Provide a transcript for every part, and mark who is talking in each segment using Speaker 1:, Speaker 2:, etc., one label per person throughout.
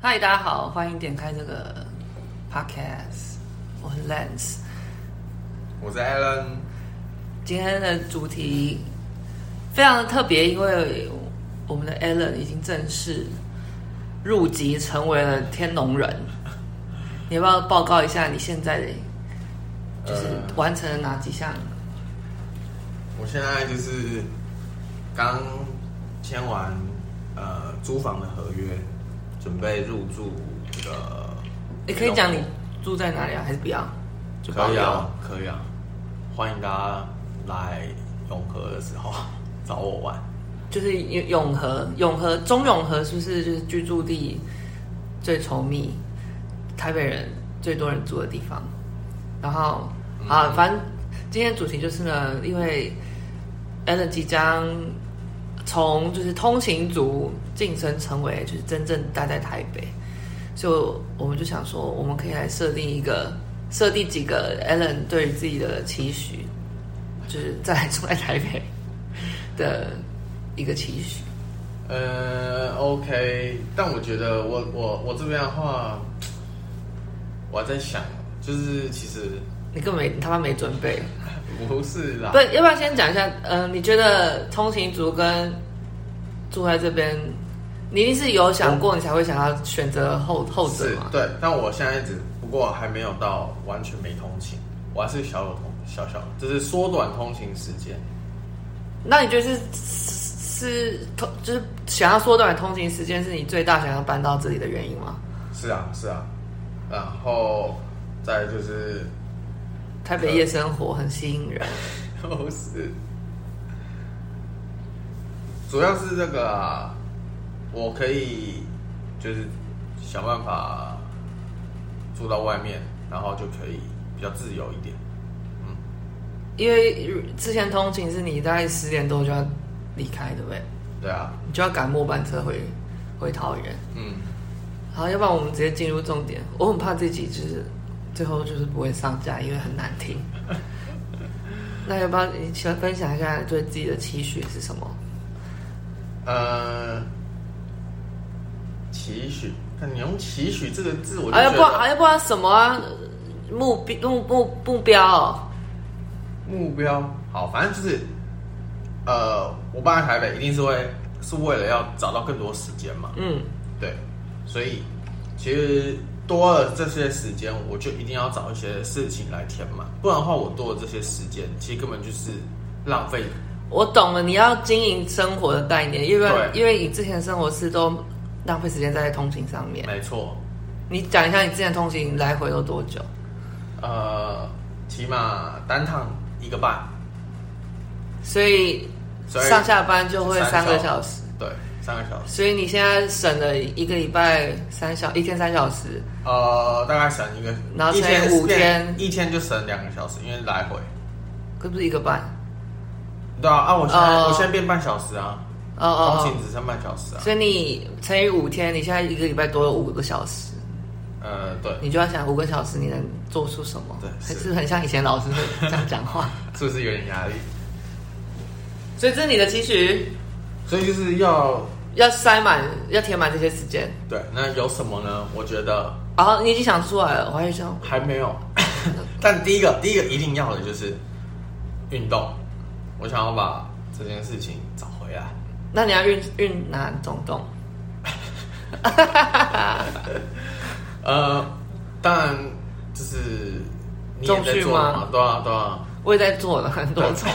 Speaker 1: 嗨，大家好，欢迎点开这个 podcast，我是 Lance。
Speaker 2: 我是 Alan，
Speaker 1: 今天的主题非常的特别，因为我们的 Alan 已经正式入籍成为了天龙人。你要不要报告一下你现在的就是
Speaker 2: 呃
Speaker 1: 完成了哪几项？
Speaker 2: 我现在就是刚签完呃租房的合约，准备入住这个。
Speaker 1: 你哎可以讲你住在哪里啊，还是不要？就
Speaker 2: 可以
Speaker 1: 爆
Speaker 2: 啊
Speaker 1: 料，
Speaker 2: 可以啊，欢迎大家来永和的时候 找我玩。
Speaker 1: 就是永和，永和中永和是不是就是居住地最稠密，台北人最多人住的地方？然后啊，反正今天主题就是呢，因为 Allen 即将从就是通勤族晋升成为就是真正待在台北，就我们就想说，我们可以来设定一个设定几个 Allen 对于自己的期许，就是在住在台北的一个期许。
Speaker 2: 呃，OK，但我觉得我我我这边的话，我还在想，就是其实
Speaker 1: 你根本没你他妈没准备，
Speaker 2: 不是啦
Speaker 1: 不，，要不要先讲一下？嗯、你觉得通勤族跟住在这边，你一定是有想过，你才会想要选择后后者
Speaker 2: 是
Speaker 1: 嘛？
Speaker 2: 对，但我现在只不过还没有到完全没通勤，我还是小有通小小，就是缩短通勤时间。
Speaker 1: 那你觉得是是是通就是想要缩短通勤时间，是你最大想要搬到这里的原因吗？
Speaker 2: 是啊，是啊，然后再就是
Speaker 1: 台北夜生活很吸引人，
Speaker 2: 呃都是，主要是这个啊，我可以就是想办法住到外面，然后就可以比较自由一点。嗯
Speaker 1: 因为之前通勤是你大概十点多就要离开，对不对？
Speaker 2: 对啊，
Speaker 1: 你就要赶末班车回回桃园。
Speaker 2: 嗯，
Speaker 1: 好，要不然我们直接进入重点。我很怕这集就是最后就是不会上架，因为很难听。 那要不要你先分享一下对自己的期许是什么？
Speaker 2: 呃，期许，看你用期许这个字，我就
Speaker 1: 哎
Speaker 2: 觉
Speaker 1: 呀，不然，哎呀，
Speaker 2: 得
Speaker 1: 不然什么啊？目标目目目标哦、
Speaker 2: 目标好，反正就是，呃，我搬来台北一定是会是为了要找到更多时间嘛，
Speaker 1: 嗯，
Speaker 2: 对，所以其实多了这些时间，我就一定要找一些事情来填满，不然的话，我多了这些时间，其实根本就是浪费。
Speaker 1: 我懂了，你要经营生活的概念，因为
Speaker 2: 对
Speaker 1: 因为你之前生活是都浪费时间在通勤上面。
Speaker 2: 没错，
Speaker 1: 你讲一下你之前通勤来回都多久？
Speaker 2: 呃，起码单趟一个半，
Speaker 1: 所以
Speaker 2: 所以
Speaker 1: 上下班就会三个
Speaker 2: 三
Speaker 1: 小
Speaker 2: 小
Speaker 1: 时。
Speaker 2: 对，三个小时，
Speaker 1: 所以你现在省了一个礼拜三小一天三小时，
Speaker 2: 呃，大概省一个，
Speaker 1: 然后
Speaker 2: 一天
Speaker 1: 剩五天
Speaker 2: 变一天就省两个小时，因为来回。
Speaker 1: 可不是一个半？
Speaker 2: 对啊，啊，我现在、
Speaker 1: 哦
Speaker 2: 我现在变半小时啊，
Speaker 1: 哦哦
Speaker 2: 通勤只剩半小时
Speaker 1: 哦，
Speaker 2: 啊。
Speaker 1: 所以你乘以五天，你现在一个礼拜多了五个小时，
Speaker 2: 呃，对，
Speaker 1: 你就要想五个小时你能做出什么？
Speaker 2: 对
Speaker 1: 还
Speaker 2: 是
Speaker 1: 是很像以前老师会这样讲话。
Speaker 2: 是不是有点压力？
Speaker 1: 所以这是你的期许，
Speaker 2: 所以就是要
Speaker 1: 要塞满，要填满这些时间。
Speaker 2: 对，那有什么呢？我觉得
Speaker 1: 然后你已经想出来了，我还想，
Speaker 2: 还没 有，但第一个第一个一定要的就是运动，我想要把这件事情找回来。
Speaker 1: 那你要运运哪种动？
Speaker 2: 呃，当然就是你也在做
Speaker 1: 重训吗
Speaker 2: 嘛，对啊对啊，
Speaker 1: 我也在做了很多 种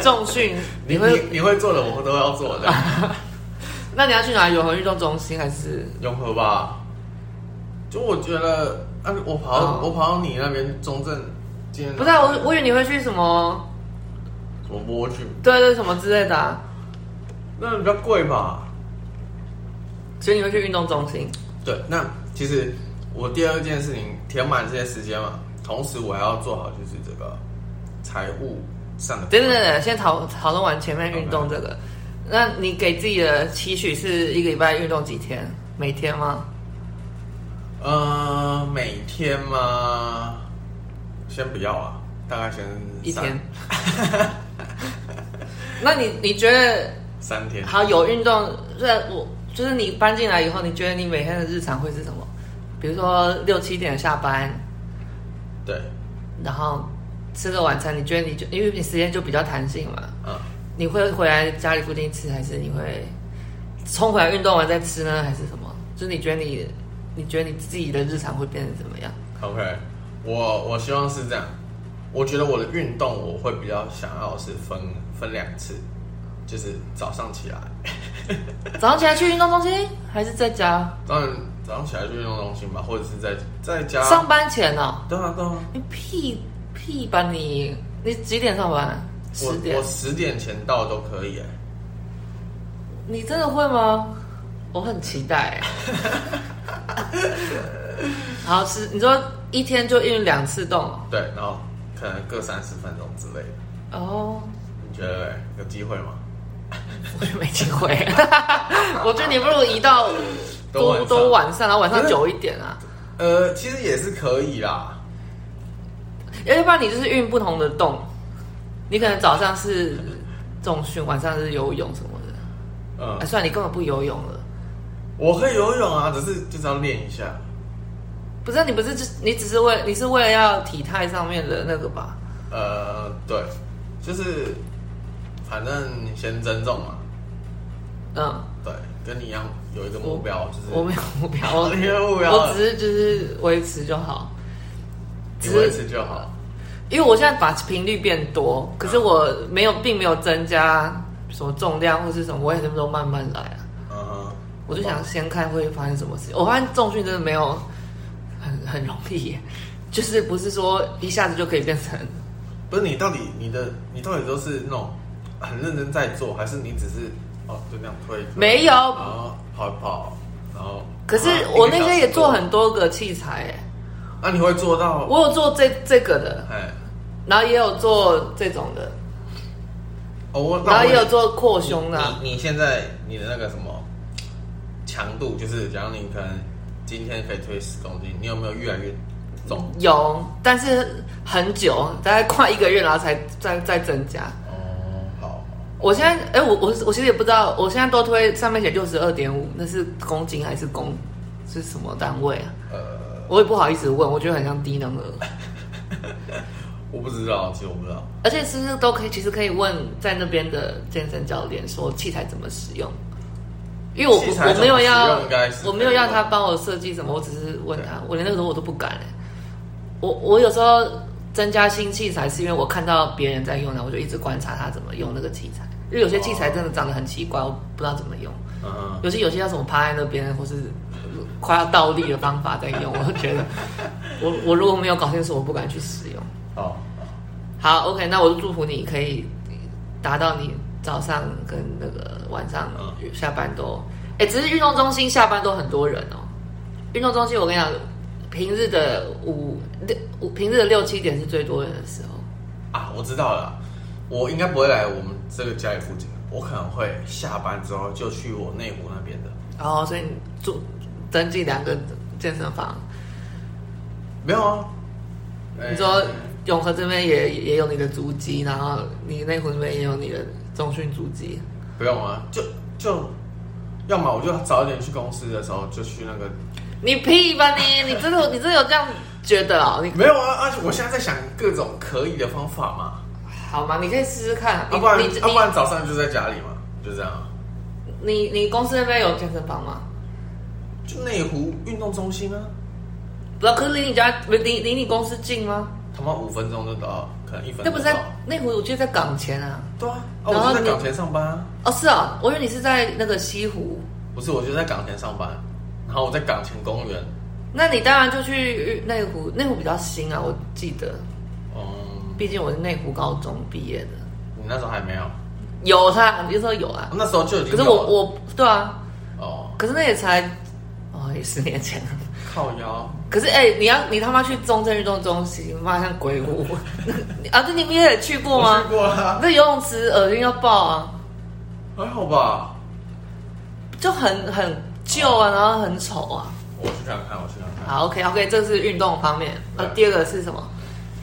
Speaker 1: 重训，你
Speaker 2: 你你
Speaker 1: 会？
Speaker 2: 你会做的我都要做的，
Speaker 1: 那你要去哪里？永和运动中心还是？
Speaker 2: 融合吧。就我觉得，啊，我跑到、
Speaker 1: 哦
Speaker 2: 我跑到你那边中正，今天
Speaker 1: 不是、啊、我，我以为你会去什么，
Speaker 2: 什么蜗苣，
Speaker 1: 对对什么之类的、啊，
Speaker 2: 那比较贵吧？
Speaker 1: 所以你会去运动中心。
Speaker 2: 对，那其实我第二件事情填满这些时间嘛，同时我还要做好就是这个财务上的。
Speaker 1: 等等等等，先讨讨论完前面运动这个，那你给自己的期许是一个礼拜运动几天？每天吗？
Speaker 2: 呃，每天吗？先不要啊，大概先
Speaker 1: 一
Speaker 2: 三
Speaker 1: 天。那你你觉得
Speaker 2: 三天。
Speaker 1: 好有运动？虽然我就是你搬进来以后，你觉得你每天的日常会是什么？比如说六七点下班，
Speaker 2: 对，
Speaker 1: 然后吃个晚餐，你觉得你就因为你时间就比较弹性嘛，
Speaker 2: 嗯，
Speaker 1: 你会回来家里附近吃，还是你会冲回来运动完再吃呢，还是什么？就是你觉得你你觉得你自己的日常会变成怎 么样？
Speaker 2: OK，我我希望是这样。我觉得我的运动我会比较想要是分分两次，就是早上起来，
Speaker 1: 早上起来去运动中心，还是在家？
Speaker 2: 当然早上起来去运动中心吧，或者是在在家。
Speaker 1: 上班前哦，
Speaker 2: 对啊对啊，
Speaker 1: 你屁屁吧你！你几点上班？
Speaker 2: 我
Speaker 1: 十点
Speaker 2: 我。十点前到都可以哎、
Speaker 1: 你真的会吗？我很期 待欸。好，是你说一天就运两次动哦
Speaker 2: 对，然后可能各三十分钟之类的，
Speaker 1: 哦，
Speaker 2: 你觉得嘞有机会吗？
Speaker 1: 我就没机会。 我觉得你不如移到
Speaker 2: 都晚
Speaker 1: 都
Speaker 2: 上
Speaker 1: 都晚上，然后晚上
Speaker 2: 可是
Speaker 1: 久一点啊，
Speaker 2: 呃，其实也是可以啦。
Speaker 1: 要不然你就是运不同的动，你可能早上是重训，晚上是游泳什么的。
Speaker 2: 嗯
Speaker 1: 哎，，算了，你根本不游泳了。
Speaker 2: 我会游泳啊，只是就是要练一下。
Speaker 1: 不是你不是只你只是为你是为了要体态上面的那个吧？
Speaker 2: 呃，对，就是反正你先增重嘛，
Speaker 1: 嗯，
Speaker 2: 对，跟你一样有一个目标，就是
Speaker 1: 我没有目标，我
Speaker 2: 你没有目标
Speaker 1: 我只是就是维持就好。
Speaker 2: 你维持就好。
Speaker 1: 因为我现在把频率变多，可是我没有并没有增加什么重量或是什么，我也是都慢慢来啊。
Speaker 2: 嗯哼，
Speaker 1: 我就想先看会发生什么事情。我发现重训真的没有很很容易耶， 就是不是说一下子就可以变成
Speaker 2: 不是你到底你的你到底都是那种很认真在做，还是你只是哦就那样推，
Speaker 1: 没有。
Speaker 2: 然后跑一跑，然后
Speaker 1: 可是
Speaker 2: 啊
Speaker 1: 我
Speaker 2: 一个
Speaker 1: 那
Speaker 2: 小时
Speaker 1: 天也做很多个器材耶，
Speaker 2: 那、你会做到？
Speaker 1: 我有做这这个的，
Speaker 2: 哎，
Speaker 1: 然后也有做这种的，
Speaker 2: 哦我
Speaker 1: 然后也有
Speaker 2: 做。
Speaker 1: 做扩胸的啊、
Speaker 2: 你你现在你的那个什么强度，就是假如你可能今天可以推十公斤，你有没有越来越重？
Speaker 1: 有，但是很久，大概快一个月，然后才再再增加。
Speaker 2: 哦，好，
Speaker 1: 我现在，哎、我我我其实也不知道，我现在都推上面写六十二点五，那是公斤还是公是什么单位啊？
Speaker 2: 呃，
Speaker 1: 我也不好意思问，我觉得很像低能儿，
Speaker 2: 我不知道，其实我不知道。
Speaker 1: 而且是不是都可以？其实可以问在那边的健身教练说器材怎么使用，因为我不
Speaker 2: 器材
Speaker 1: 我
Speaker 2: 怎么
Speaker 1: 没有
Speaker 2: 使
Speaker 1: 要
Speaker 2: 用应该是可以
Speaker 1: 我没有要
Speaker 2: 问
Speaker 1: 他帮我设计什么，我只是问他，我连那个时候我都不敢、欸。我我有时候增加新器材是因为我看到别人在用然后我就一直观察他怎么用那个器材，因为有些器材真的长得很奇怪，我不知道怎么用。
Speaker 2: 嗯，
Speaker 1: 尤其有些要什么趴在那边，或是快要倒立的方法在用， 我就觉得我我如果没有搞清楚，我不敢去使用。
Speaker 2: 好，
Speaker 1: 好，OK，那我就祝福你可以达到你早上跟那个晚上
Speaker 2: 嗯
Speaker 1: 下班都，哎、只是运动中心下班都很多人哦。运动中心我跟你讲，平日的五六五平日的六七点是最多人的时候。
Speaker 2: 啊，我知道了啦，我应该不会来我们这个家里附近的，我可能会下班之后就去我内湖那边的。
Speaker 1: 然后，哦所以你住登记两个健身房，
Speaker 2: 没有啊，
Speaker 1: 你说
Speaker 2: 哎
Speaker 1: 永和这边也也有你的足迹，然后你内湖这边也有你的中训足迹。
Speaker 2: 不用啊，就就。要么我就早一点去公司的时候就去那个，
Speaker 1: 你屁吧你！你真的你真的有这样觉得哦？你
Speaker 2: 没有啊，而且我现在在想各种可以的方法嘛。
Speaker 1: 好吗？你可以试试看。
Speaker 2: 要
Speaker 1: 你
Speaker 2: 啊不然
Speaker 1: 你
Speaker 2: 要不然早上就在家里嘛，就这样啊。
Speaker 1: 你你公司那边有健身房吗？
Speaker 2: 就内湖运动中心啊，
Speaker 1: 不知道，可是离你家不是离离你公司近吗？
Speaker 2: 他妈五分钟就到，可能一分
Speaker 1: 那
Speaker 2: 钟
Speaker 1: 不
Speaker 2: 就是到
Speaker 1: 在。内湖，我记得在港前啊。
Speaker 2: 对啊，啊
Speaker 1: 然后
Speaker 2: 我就在
Speaker 1: 你
Speaker 2: 港前上班啊，
Speaker 1: 哦，是啊，我以为你是在那个西湖。
Speaker 2: 不是，我就在港前上班，然后我在港前公园，
Speaker 1: 那你当然就去内湖，内湖比较新啊，我记得，
Speaker 2: 嗯，
Speaker 1: 毕竟我是内湖高中毕业的。
Speaker 2: 你那时候还没有，
Speaker 1: 有他，你就说有啊。
Speaker 2: 那时候就已经
Speaker 1: 可是
Speaker 2: 有
Speaker 1: 我
Speaker 2: 了
Speaker 1: 我对啊，
Speaker 2: 哦
Speaker 1: 可是那也才哦也十年前了。
Speaker 2: 靠腰，
Speaker 1: 可是哎、你要你他妈去中正运动中心，妈像鬼屋啊！ 这你不也去过
Speaker 2: 我去
Speaker 1: 吗？
Speaker 2: 过啦，
Speaker 1: 那游泳池恶心要爆啊，
Speaker 2: 还哎好吧，
Speaker 1: 就很很旧啊，然后很丑啊。
Speaker 2: 我去看看，我去看看。
Speaker 1: 好，OK OK，这是运动方面。呃，
Speaker 2: 对
Speaker 1: 第二个是什么？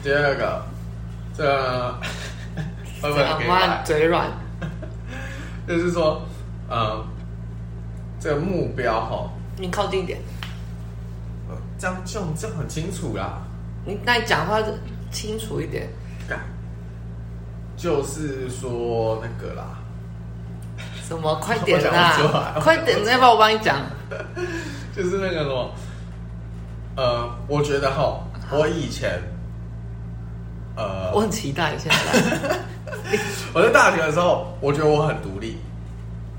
Speaker 2: 第二个，这 个会不会
Speaker 1: 这样
Speaker 2: 给
Speaker 1: 我
Speaker 2: 你来
Speaker 1: 嘴软。
Speaker 2: 就是说，呃，这个目标哈，
Speaker 1: 你靠近一点，
Speaker 2: 呃这样这样这样很清楚啦，
Speaker 1: 你那你讲话清楚一点。
Speaker 2: 干，就是说那个啦，
Speaker 1: 什么？快点
Speaker 2: 我讲不出
Speaker 1: 啦！
Speaker 2: 来
Speaker 1: 快点，要不要我帮你讲？
Speaker 2: 就是那个什么，呃，我觉得哈，我以前，呃，
Speaker 1: 我很期待现 在。
Speaker 2: 我在大学的时候，我觉得我很独立，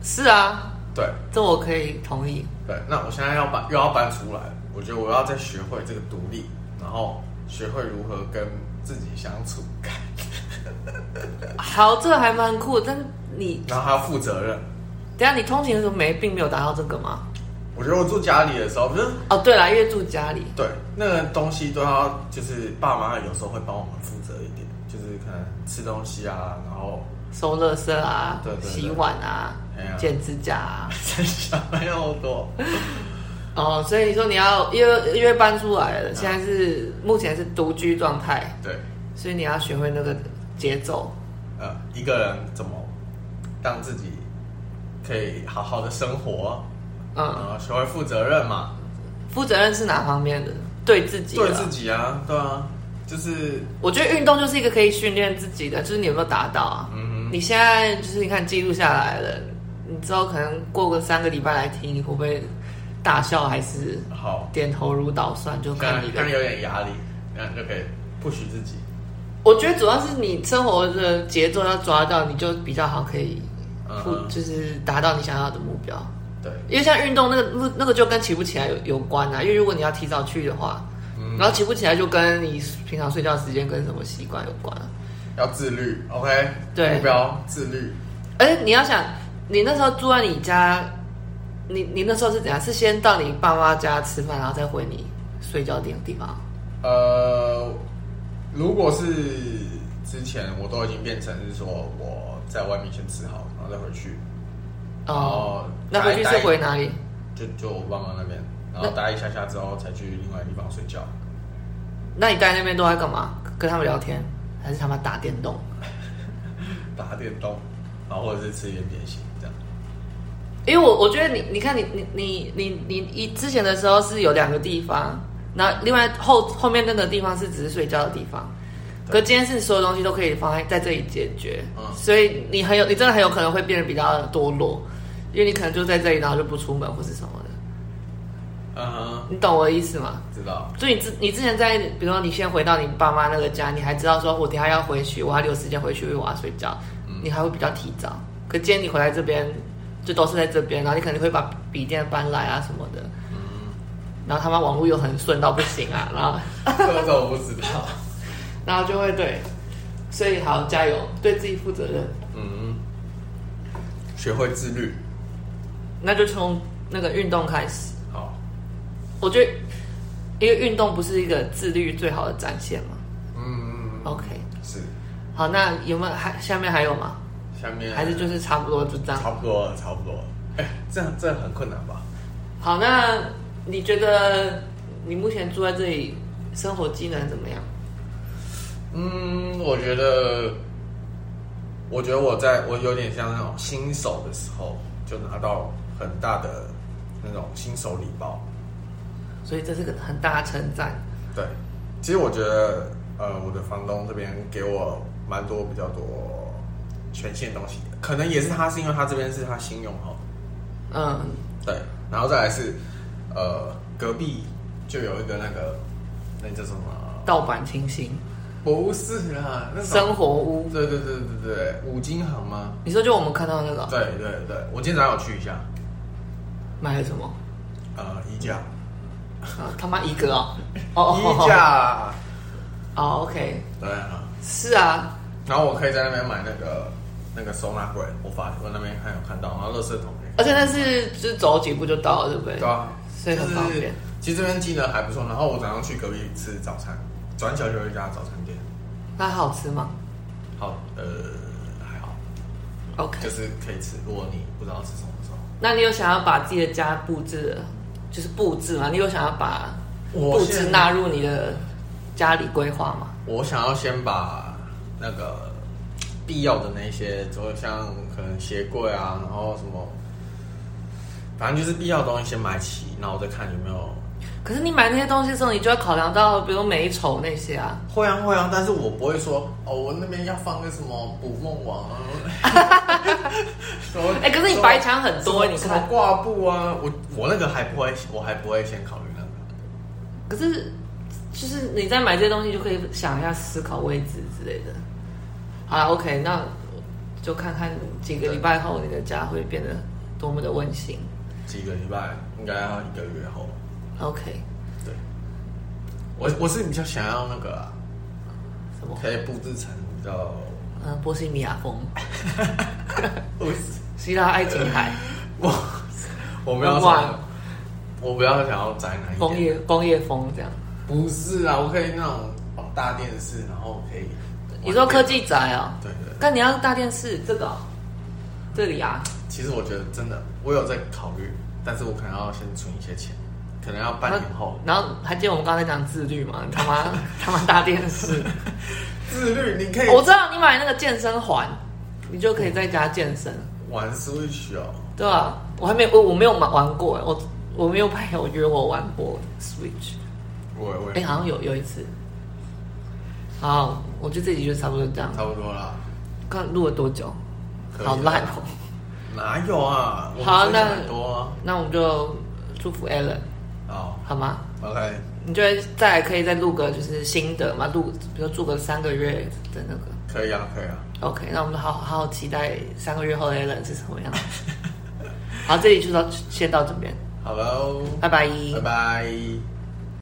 Speaker 1: 是啊，
Speaker 2: 对
Speaker 1: 这我可以同意。
Speaker 2: 对。那我现在要搬又要搬出来，我觉得我要再学会这个独立，然后学会如何跟自己相处，干
Speaker 1: 好，这还蛮酷的，但是你
Speaker 2: 然后还要负责任。
Speaker 1: 等一下你通勤的时候没并没有达到这个吗？
Speaker 2: 我觉得我住家里的时候，就是
Speaker 1: 哦，对啦，因为住家里，
Speaker 2: 对那个东西都要，就是爸妈有时候会帮我们负责一点，就是可能吃东西啊，然后
Speaker 1: 收垃圾啊，
Speaker 2: 对对对
Speaker 1: 洗碗啊
Speaker 2: 哎呀，
Speaker 1: 剪指甲啊。
Speaker 2: 生小朋友多，
Speaker 1: 哦，所以说你要因为因为搬出来
Speaker 2: 嗯
Speaker 1: 了，现在是目前是独居状态，
Speaker 2: 对，
Speaker 1: 所以你要学会那个节奏。
Speaker 2: 呃，一个人怎么让自己可以好好的生活，
Speaker 1: 嗯，
Speaker 2: 然后学会负责任嘛，
Speaker 1: 负责任是哪方面的？对自己，
Speaker 2: 对自。己啊，对啊，就是
Speaker 1: 我觉得运动就是一个可以训练自己的，就是你有没有达到啊？
Speaker 2: 嗯
Speaker 1: 你现在就是你看记录下来了，你之后可能过个三个礼拜来听，你会不会大笑还是
Speaker 2: 哼，好，
Speaker 1: 点头如捣蒜？就
Speaker 2: 刚
Speaker 1: 看你
Speaker 2: 刚
Speaker 1: 的
Speaker 2: 啊刚。有点压力，那你就可以不许自己，
Speaker 1: 我觉得主要是你生活的节奏要抓到，你就比较好可以
Speaker 2: 嗯
Speaker 1: 不、
Speaker 2: 哼，
Speaker 1: 就是达到你想要的目标。
Speaker 2: 对，
Speaker 1: 因为像运动那个那那个就跟起不起来有有关啊，因为如果你要提早去的话，
Speaker 2: 嗯
Speaker 1: 然后起不起来就跟你平常睡觉时间跟什么习惯有关啊。
Speaker 2: 要自律，OK，
Speaker 1: 对
Speaker 2: 目标自律，
Speaker 1: 而哎且你要想，你那时候住在你家，你你那时候是怎样？是先到你爸妈家吃饭，然后再回你睡觉点的地方？
Speaker 2: 呃，如果是之前我都已经变成是说我在外面先吃好，然后再回去，然
Speaker 1: 哦，
Speaker 2: 后
Speaker 1: 那回去
Speaker 2: 待
Speaker 1: 是
Speaker 2: 一
Speaker 1: 回哪里？
Speaker 2: 就就我爸妈那边，然后
Speaker 1: 那
Speaker 2: 待一下下之后才去另外地方睡觉。
Speaker 1: 那你待在那边都在干嘛？跟他们聊天，还是他们打电动？
Speaker 2: 打电动，然后或者是吃一点点心这样。
Speaker 1: 因为我我觉得你，你看你你你你你你之前的时候是有两个地方，那另外后后面那个地方是只是睡觉的地方，
Speaker 2: 对
Speaker 1: 可今天是所有东西都可以放在在这里解决，
Speaker 2: 嗯
Speaker 1: 所以你很有你真的很有可能会变得比较堕落，因为你可能就在这里，然后就不出门或是什么的，
Speaker 2: 嗯哼，
Speaker 1: 你懂我的意思吗？
Speaker 2: 知道。
Speaker 1: 就你之你之前在，比如说你先回到你爸妈那个家，你还知道说我等一下要回去，我要留时间回去，因为我要睡觉，你还会比较提早。可今天你回来这边，就都是在这边，然后你可能会把笔电搬来啊什么的，
Speaker 2: 嗯
Speaker 1: 然后他妈网络又很顺到不行啊，然后
Speaker 2: 这个我不知道。
Speaker 1: 然后就会对，所以好加油，对自己负责任，
Speaker 2: 嗯，学会自律。
Speaker 1: 那就从那个运动开始。
Speaker 2: 好，
Speaker 1: 我觉得，因为运动不是一个自律最好的展现嘛。
Speaker 2: 嗯，
Speaker 1: OK，
Speaker 2: 是。
Speaker 1: 好，那有没有还下面还有吗？
Speaker 2: 下面
Speaker 1: 还是就是差不多就这样。
Speaker 2: 差不多了，差不多了。哎、这样这样很困难吧？
Speaker 1: 好，那你觉得你目前住在这里，生活技能怎么样？
Speaker 2: 嗯，我觉得，我觉得我在我有点像那种新手的时候，就拿到很大的那种新手礼包。
Speaker 1: 所以这是个很大的称赞。
Speaker 2: 对，其实我觉得，呃，我的房东这边给我蛮多比较多权限的东西的，可能也是他是因为他这边是他信用哦，
Speaker 1: 嗯，
Speaker 2: 对，然后再来是，呃，隔壁就有一个那个那叫什么？啊
Speaker 1: 盗版清新
Speaker 2: 不是啦，那什
Speaker 1: 生
Speaker 2: 么？
Speaker 1: 活屋，
Speaker 2: 对对对对对，五金行吗？
Speaker 1: 你说就我们看到那个
Speaker 2: 对对对，我今天早上有去一下，
Speaker 1: 买了什 么？
Speaker 2: 呃，衣架，
Speaker 1: 啊，他妈一个 哦，哦
Speaker 2: 衣架，
Speaker 1: 哦，OK，
Speaker 2: 对啊，
Speaker 1: 是啊，
Speaker 2: 然后我可以在那边买那个那个收纳柜，我发我那边看有看到，然后垃圾桶
Speaker 1: 而
Speaker 2: 也可以
Speaker 1: 且那是就是走几步就到了，对不对？
Speaker 2: 对啊，
Speaker 1: 所以很方便
Speaker 2: 就是其实这边技能还不错，然后我早上去隔壁吃早餐，转角就有一家早餐店，
Speaker 1: 那好吃吗
Speaker 2: 好，呃，还好，
Speaker 1: ？OK，
Speaker 2: 就是可以吃。如果你不知道吃什么的时候，
Speaker 1: 那你有想要把自己的家布置，就是布置嘛？你有想要把
Speaker 2: 我
Speaker 1: 布
Speaker 2: 现
Speaker 1: 置
Speaker 2: 在
Speaker 1: 纳入你的家里规划吗？
Speaker 2: 我想要先把那个必要的那些，就像可能鞋柜啊，然后什么，反正就是必要的东西先买齐，然后我再看有没有。
Speaker 1: 可是你买那些东西的时候，你就要考量到，比如美丑那些啊，
Speaker 2: 会啊会啊，但是我不会说哦，我那边要放个什么捕梦网 啊，什么
Speaker 1: 哎可是你白墙很多
Speaker 2: 什么
Speaker 1: 你看
Speaker 2: 什么挂布啊，我我那个还不会，我还不会先考虑那个。
Speaker 1: 可是就是你在买这些东西，就可以想一下思考位置之类的。好啦 o k 那就看看几个礼拜后你的家会变得多么的温馨。
Speaker 2: 几个礼拜，应该要一个月后。
Speaker 1: OK，
Speaker 2: 对，我我是比较想要那个、啊，
Speaker 1: 什么？
Speaker 2: 可以布置成比较，
Speaker 1: 嗯，波西米亚风，
Speaker 2: 不是
Speaker 1: 希腊爱琴海，
Speaker 2: 我我不要
Speaker 1: 哇
Speaker 2: 想，我不要想要宅男一
Speaker 1: 工
Speaker 2: 点，
Speaker 1: 业工业风这样。
Speaker 2: 不是啊，我可以那种哦大电视，然后可以玩
Speaker 1: 你说科技宅啊、
Speaker 2: 对对对
Speaker 1: 但你要大电视这个哦、这里啊，
Speaker 2: 其实我觉得真的，我有在考虑，但是我可能要先存一些钱，可能要半年后。
Speaker 1: 然后还记得我们刚才讲自律吗？ 他妈他妈大电 视，
Speaker 2: 自律，你可以
Speaker 1: 我知道你买那个健身环，你就可以在家健身，
Speaker 2: 玩 Switch 哦，
Speaker 1: 对啊，我还没我我没有玩玩过，我我没有朋友约我玩过 Switch，
Speaker 2: 我我
Speaker 1: 哎、好像有有一次。好，我觉得这集就差不多这样。
Speaker 2: 差不多啦。
Speaker 1: 看录了多久？
Speaker 2: 可以啊
Speaker 1: 好
Speaker 2: 了
Speaker 1: 烂哦。
Speaker 2: 哪有啊？我们
Speaker 1: 好
Speaker 2: 分享
Speaker 1: 那
Speaker 2: 很多啊
Speaker 1: 那我们就祝福 Alan
Speaker 2: 哦
Speaker 1: 好吗？
Speaker 2: ，OK，
Speaker 1: 你觉得再来可以再录个就是新的嘛？录比如说住个三个月的那个
Speaker 2: 可以啊，可以啊。
Speaker 1: OK，那我们好好好期待三个月后的 Alan 是什么样子。好，这里就到先到这边，
Speaker 2: Hello，
Speaker 1: 拜拜，
Speaker 2: 拜拜。